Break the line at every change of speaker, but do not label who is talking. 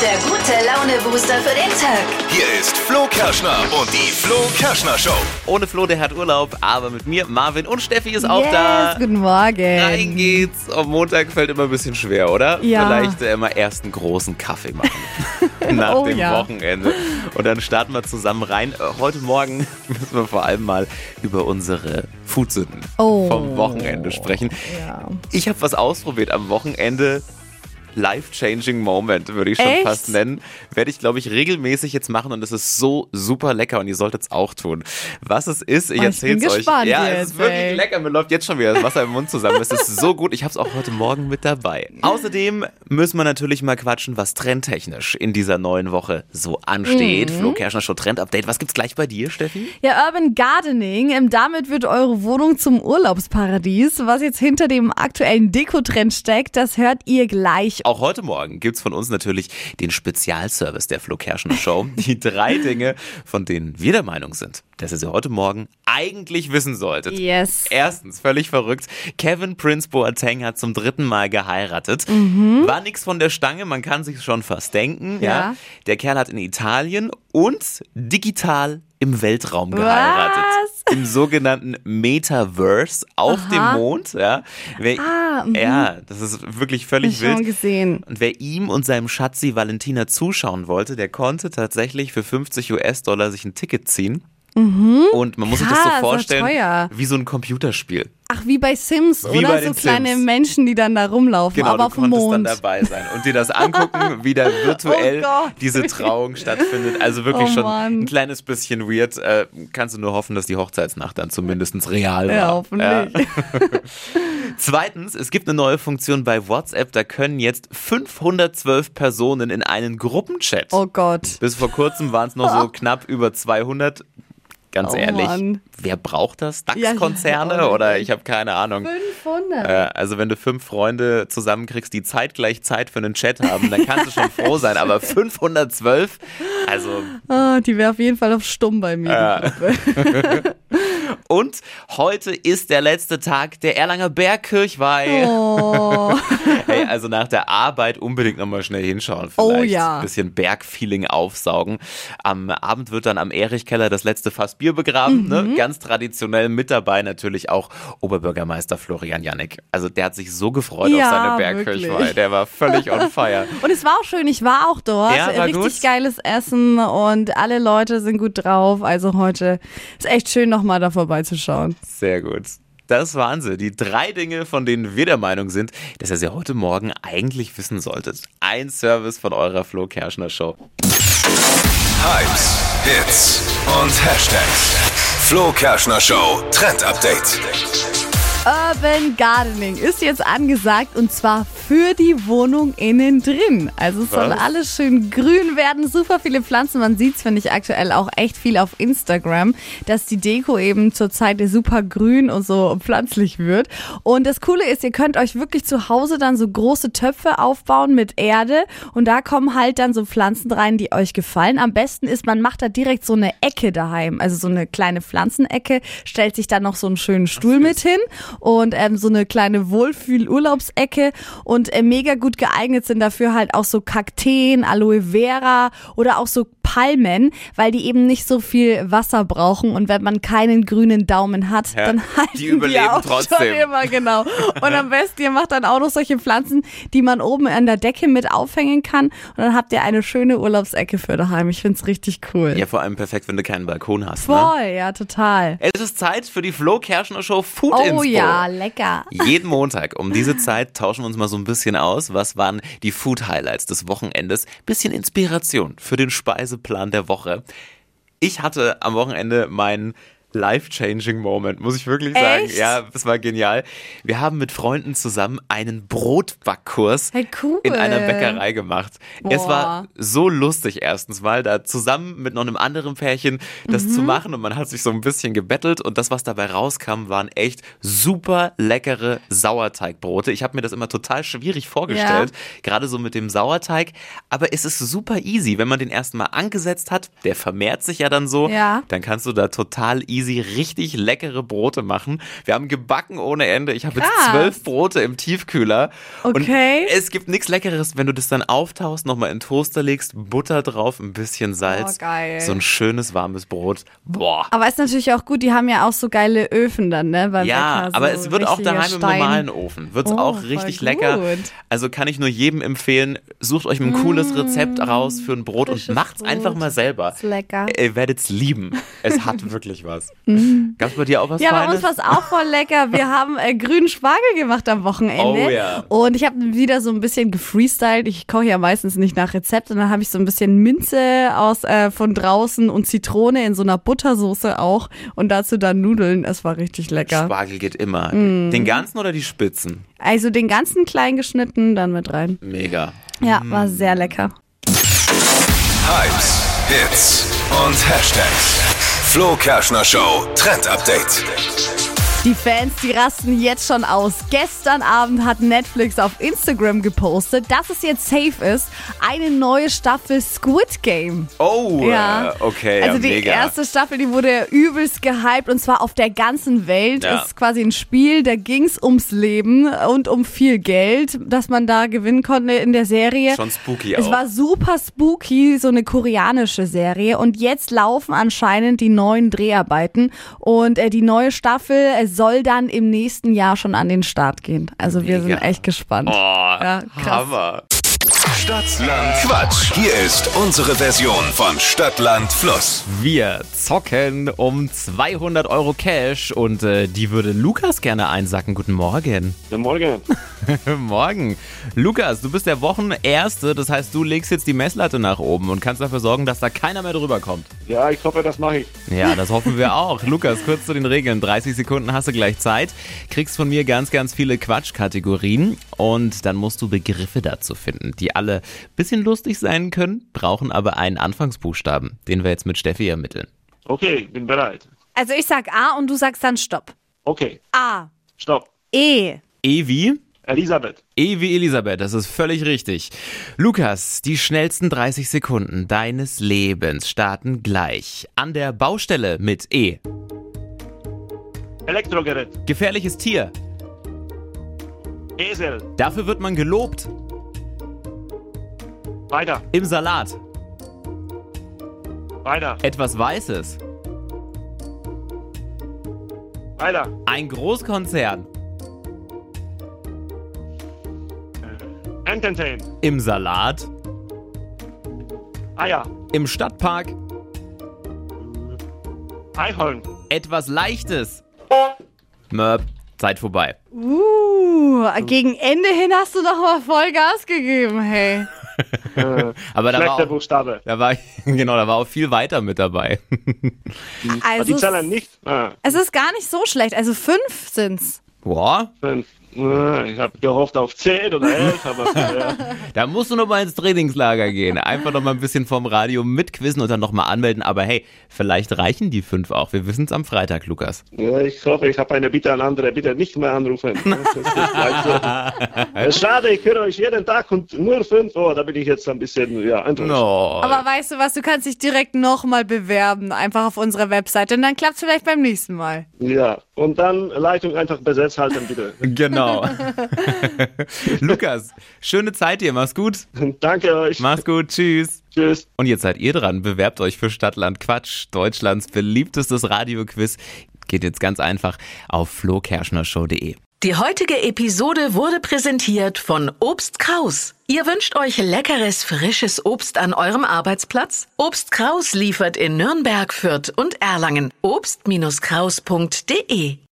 der gute Laune-Booster für den Tag.
Hier ist Flo Kerschner und die Flo Kerschner Show.
Ohne Flo, der hat Urlaub, aber mit mir, Marvin und Steffi ist auch
yes,
da.
Guten Morgen.
Rein geht's. Am Montag fällt immer ein bisschen schwer, oder?
Ja.
Vielleicht äh, mal erst einen großen Kaffee machen. Nach
Oh
dem
ja.
Wochenende. Und dann starten wir zusammen rein. Äh, Heute Morgen müssen wir vor allem mal über unsere Foodsünden
Oh.
vom Wochenende sprechen.
Ja.
Ich habe was ausprobiert am Wochenende. Life-changing Moment, würde ich schon
Echt?
fast nennen. Werde ich, glaube ich, regelmäßig jetzt machen und es ist so super lecker und ihr solltet es auch tun. Was es ist, ich
bin
erzähl's euch.
gespannt
ja, es
jetzt,
ist wirklich
ey.
lecker. Mir läuft jetzt schon wieder das Wasser im Mund zusammen. Es ist so gut. Ich habe es auch heute Morgen mit dabei. Außerdem müssen wir natürlich mal quatschen, was trendtechnisch in dieser neuen Woche so ansteht.
Mhm.
Flo Kerschner Show Trend Update. Was gibt's gleich bei dir, Steffi?
ja, Urban Gardening. Ähm, Damit wird eure Wohnung zum Urlaubsparadies. Was jetzt hinter dem aktuellen Dekotrend steckt, das hört ihr gleich.
Auch heute Morgen gibt's von uns natürlich den Spezialservice der Flo Kerschner Show. Die drei Dinge, von denen wir der Meinung sind, dass ihr sie heute Morgen eigentlich wissen solltet.
Yes.
Erstens, völlig verrückt, Kevin Prince Boateng hat zum dritten Mal geheiratet. War nix von der Stange, man kann sich schon fast denken. Ja.
Mhm. Ja.
Der Kerl hat in Italien und digital im Weltraum geheiratet. Im sogenannten Metaverse auf
Aha. Ah, mhm.
dem Mond. Ja. Wer, ja, das ist wirklich völlig
Ich
wild.
schon gesehen.
Und wer ihm und seinem Schatzi Valentina zuschauen wollte, der konnte tatsächlich für 50 US-Dollar sich ein Ticket ziehen. Und man muss sich das
Hm? Krass,
so
das ist
vorstellen,
teuer.
wie so ein Computerspiel.
Ach, wie bei Sims,
Wie
oder?
bei
so
den
kleine
Sims.
Menschen, die dann da rumlaufen,
Genau,
aber
du
auf dem
konntest dann
Mond.
dabei sein und dir das angucken, wie da virtuell
Oh Gott.
diese Trauung stattfindet. Also wirklich
Oh
schon
Mann.
ein kleines bisschen weird. Äh, kannst du nur hoffen, dass die Hochzeitsnacht dann zumindest real war.
ja, hoffentlich.
Zweitens, es gibt eine neue Funktion bei WhatsApp, da können jetzt 512 Personen in einen Gruppenchat.
Oh Gott.
Bis vor kurzem waren es noch so knapp über 200. Ganz
Oh
ehrlich,
Mann.
wer braucht das?
ja, Oh
DAX-Konzerne
ja,
oder ich habe keine Ahnung.
500.
Äh, Also wenn du fünf Freunde zusammenkriegst, die zeitgleich Zeit für einen Chat haben, dann kannst du schon froh sein. Aber 512, also
Ah, die wäre auf jeden Fall auf stumm bei mir. die Gruppe.
und heute ist der letzte Tag der Erlanger Bergkirchweih.
Oh.
Hey, also nach der Arbeit unbedingt nochmal schnell hinschauen. Vielleicht
Oh ja.
ein bisschen Bergfeeling aufsaugen. Am Abend wird dann am Erichkeller das letzte Fass Bier begraben.
Mhm.
Ne? Ganz traditionell mit dabei natürlich auch Oberbürgermeister Florian Jannik. Also der hat sich so gefreut auf
Ja,
seine Bergkirchweih.
wirklich.
Der war völlig on fire.
Und es war auch schön, ich war auch dort.
Ja, war
Richtig
gut?
geiles Essen und alle Leute sind gut drauf. Also heute ist echt schön, nochmal da vorbeizuschauen.
Sehr gut. Das waren sie. Die drei Dinge, von denen wir der Meinung sind, dass ihr sie heute Morgen eigentlich wissen solltet. Ein Service von eurer Flo Kerschner Show.
Hypes, Hits und Hashtags. Flo Kerschner Show Trend Update.
Urban Gardening ist jetzt angesagt und zwar für die Wohnung innen drin. Also es soll
Was?
alles schön grün werden, super viele Pflanzen. Man sieht's, finde ich, aktuell auch echt viel auf Instagram, dass die Deko eben zurzeit super grün und so pflanzlich wird. Und das Coole ist, ihr könnt euch wirklich zu Hause dann so große Töpfe aufbauen mit Erde und da kommen halt dann so Pflanzen rein, die euch gefallen. Am besten ist, man macht da direkt so eine Ecke daheim, also so eine kleine Pflanzenecke, stellt sich dann noch so einen schönen Stuhl mit hin und ähm, so eine kleine Wohlfühl-Urlaubsecke und äh, mega gut geeignet sind dafür halt auch so Kakteen, Aloe Vera oder auch so Palmen, weil die eben nicht so viel Wasser brauchen und wenn man keinen grünen Daumen hat,
Ja,
dann
die
halten die,
überleben
auch schon
trotzdem.
immer, genau. Und am besten, ihr macht dann auch noch solche Pflanzen, die man oben an der Decke mit aufhängen kann und dann habt ihr eine schöne Urlaubsecke für daheim. Ich find's richtig cool.
Ja, vor allem perfekt, wenn du keinen Balkon hast. Ne?
Voll, ja, total.
Es ist Zeit für die Flo Kerschner Show Food Inspo.
Oh ja, lecker.
Jeden Montag um diese Zeit tauschen wir uns mal so ein bisschen aus. Was waren die Food Highlights des Wochenendes? Bisschen Inspiration für den Speiseplan der Woche. Ich hatte am Wochenende meinen life-changing Moment, muss ich wirklich sagen.
Echt?
Ja, das war genial. Wir haben mit Freunden zusammen einen Brotbackkurs
Hey, cool.
in einer Bäckerei gemacht. Es war so lustig erstens mal, da zusammen mit noch einem anderen Pärchen das zu machen und man hat sich so ein bisschen gebettelt und das, was dabei rauskam, waren echt super leckere Sauerteigbrote. Ich habe mir das immer total schwierig vorgestellt, gerade so mit dem Sauerteig, aber es ist super easy, wenn man den erstmal angesetzt hat, der vermehrt sich ja dann so,
Ja.
dann kannst du da total
wie sie richtig leckere Brote machen. Wir haben gebacken ohne Ende. Ich habe jetzt
Krass.
zwölf Brote im Tiefkühler.
Okay.
Und es gibt nichts Leckeres, wenn du das dann auftaust, nochmal in den Toaster legst, Butter drauf, ein bisschen Salz.
Oh, geil. Ah,
So ein schönes warmes Brot. Boah.
Aber ist natürlich auch gut, die haben ja auch so geile Öfen dann, ne? Beim
Ja,
Bäcker, so
aber es wird auch
richtiger
daheim im
Stein.
normalen Ofen. Wird es
Oh,
auch
voll
richtig lecker.
gut.
Also kann ich nur jedem empfehlen, sucht euch ein cooles Rezept raus für ein Brot und
Mm, frisches
macht's
Brot.
einfach mal selber.
Ist lecker.
Ihr werdet's lieben. Es hat wirklich was. Gab's bei dir auch was
Mhm. Ja, bei
Feines?
uns war es auch voll lecker. Wir haben äh, grünen Spargel gemacht am Wochenende.
Oh ja.
Und ich habe wieder so ein bisschen gefreestylt. Ich koche ja meistens nicht nach Rezept. Und dann habe ich so ein bisschen Minze aus äh, von draußen und Zitrone in so einer Buttersoße auch. Und dazu dann Nudeln. Es war richtig lecker.
Spargel geht immer.
Mhm.
Den ganzen oder die Spitzen?
also den ganzen klein geschnitten, dann mit rein.
Mega.
Ja,
Mm.
war sehr lecker.
Hypes, Hits und Hashtags. Flo Kerschner Show Trend Update.
Die Fans, die rasten jetzt schon aus. Gestern Abend hat Netflix auf Instagram gepostet, dass es jetzt safe ist, eine neue Staffel Squid Game.
Oh,
Ja.
äh, okay.
Also
ja,
die
mega.
erste Staffel, die wurde übelst gehypt und zwar auf der ganzen Welt.
Ja.
Ist quasi ein Spiel, da ging's ums Leben und um viel Geld, das man da gewinnen konnte in der Serie.
Schon spooky
Es
auch.
war super spooky, so eine koreanische Serie. Und jetzt laufen anscheinend die neuen Dreharbeiten und äh, die neue Staffel äh, soll dann im nächsten Jahr schon an den Start gehen. Also wir
Mega.
sind echt gespannt.
Oh,
Ja, krass.
Hammer.
Stadtland Quatsch. Hier ist unsere Version von Stadtland Fluss.
Wir zocken um 200 Euro Cash und äh, die würde Lukas gerne einsacken. Guten Morgen.
Guten Morgen.
Guten Morgen. Lukas, du bist der Wochenerste, das heißt, du legst jetzt die Messlatte nach oben und kannst dafür sorgen, dass da keiner mehr drüber kommt.
Ja, ich hoffe, das mache ich.
Ja, das hoffen wir auch. Lukas, kurz zu den Regeln. 30 Sekunden hast du gleich Zeit. Kriegst von mir ganz, ganz viele Quatschkategorien und dann musst du Begriffe dazu finden, die alle ein bisschen lustig sein können, brauchen aber einen Anfangsbuchstaben, den wir jetzt mit Steffi ermitteln.
Okay, ich bin bereit.
Also ich sag A und du sagst dann Stopp.
Okay,
A.
stopp.
E.
Evi,
Elisabeth,
E wie Elisabeth, das ist völlig richtig. Lukas, die schnellsten 30 Sekunden deines Lebens starten gleich. An der Baustelle mit E.
Elektrogerät,
Gefährliches Tier.
Esel,
Dafür wird man gelobt.
weiter,
Im Salat.
weiter,
Etwas Weißes.
weiter.
Ein Großkonzern.
Entertain,
Im Salat.
Eier,
Im Stadtpark.
Eichhorn,
Etwas Leichtes. Möb. Zeit vorbei.
Uh, gegen Ende hin hast du doch mal voll Gas gegeben, hey.
äh,
Aber da war,
schlechter
auch,
Buchstabe.
da war, genau, da war auch viel weiter mit dabei.
Aber
Also
die Zahlen
es,
nicht? Ah,
es ist gar nicht so schlecht. Also fünf sind's.
Boah,
fünf. Ah, ich habe gehofft auf 10 oder 11, aber äh,
Da musst du noch mal ins Trainingslager gehen. Einfach noch mal ein bisschen vom Radio mitquizzen und dann noch mal anmelden. Aber hey, vielleicht reichen die fünf auch. Wir wissen es am Freitag, Lukas.
ja, ich hoffe, ich habe eine Bitte an andere. Bitte nicht mehr anrufen. Das ist gleich so. Äh, Schade, ich höre euch jeden Tag und nur 5 Uhr. Da bin ich jetzt ein bisschen ja, enttäuscht.
No.
Aber weißt du was, du kannst dich direkt nochmal bewerben, einfach auf unserer Webseite. Und dann klappt's vielleicht beim nächsten Mal.
Ja, und dann Leitung einfach besetzt halten, bitte.
Genau. Lukas, schöne Zeit dir. Mach's gut.
Danke euch.
Mach's gut. Tschüss.
Tschüss.
Und jetzt seid ihr dran. Bewerbt euch für Stadtland Quatsch, Deutschlands beliebtestes Radioquiz. Geht jetzt ganz einfach auf flokerschnershow.de.
Die heutige Episode wurde präsentiert von Obst Kraus. Ihr wünscht euch leckeres, frisches Obst an eurem Arbeitsplatz? Obst Kraus liefert in Nürnberg, Fürth und Erlangen. Obst-Kraus.de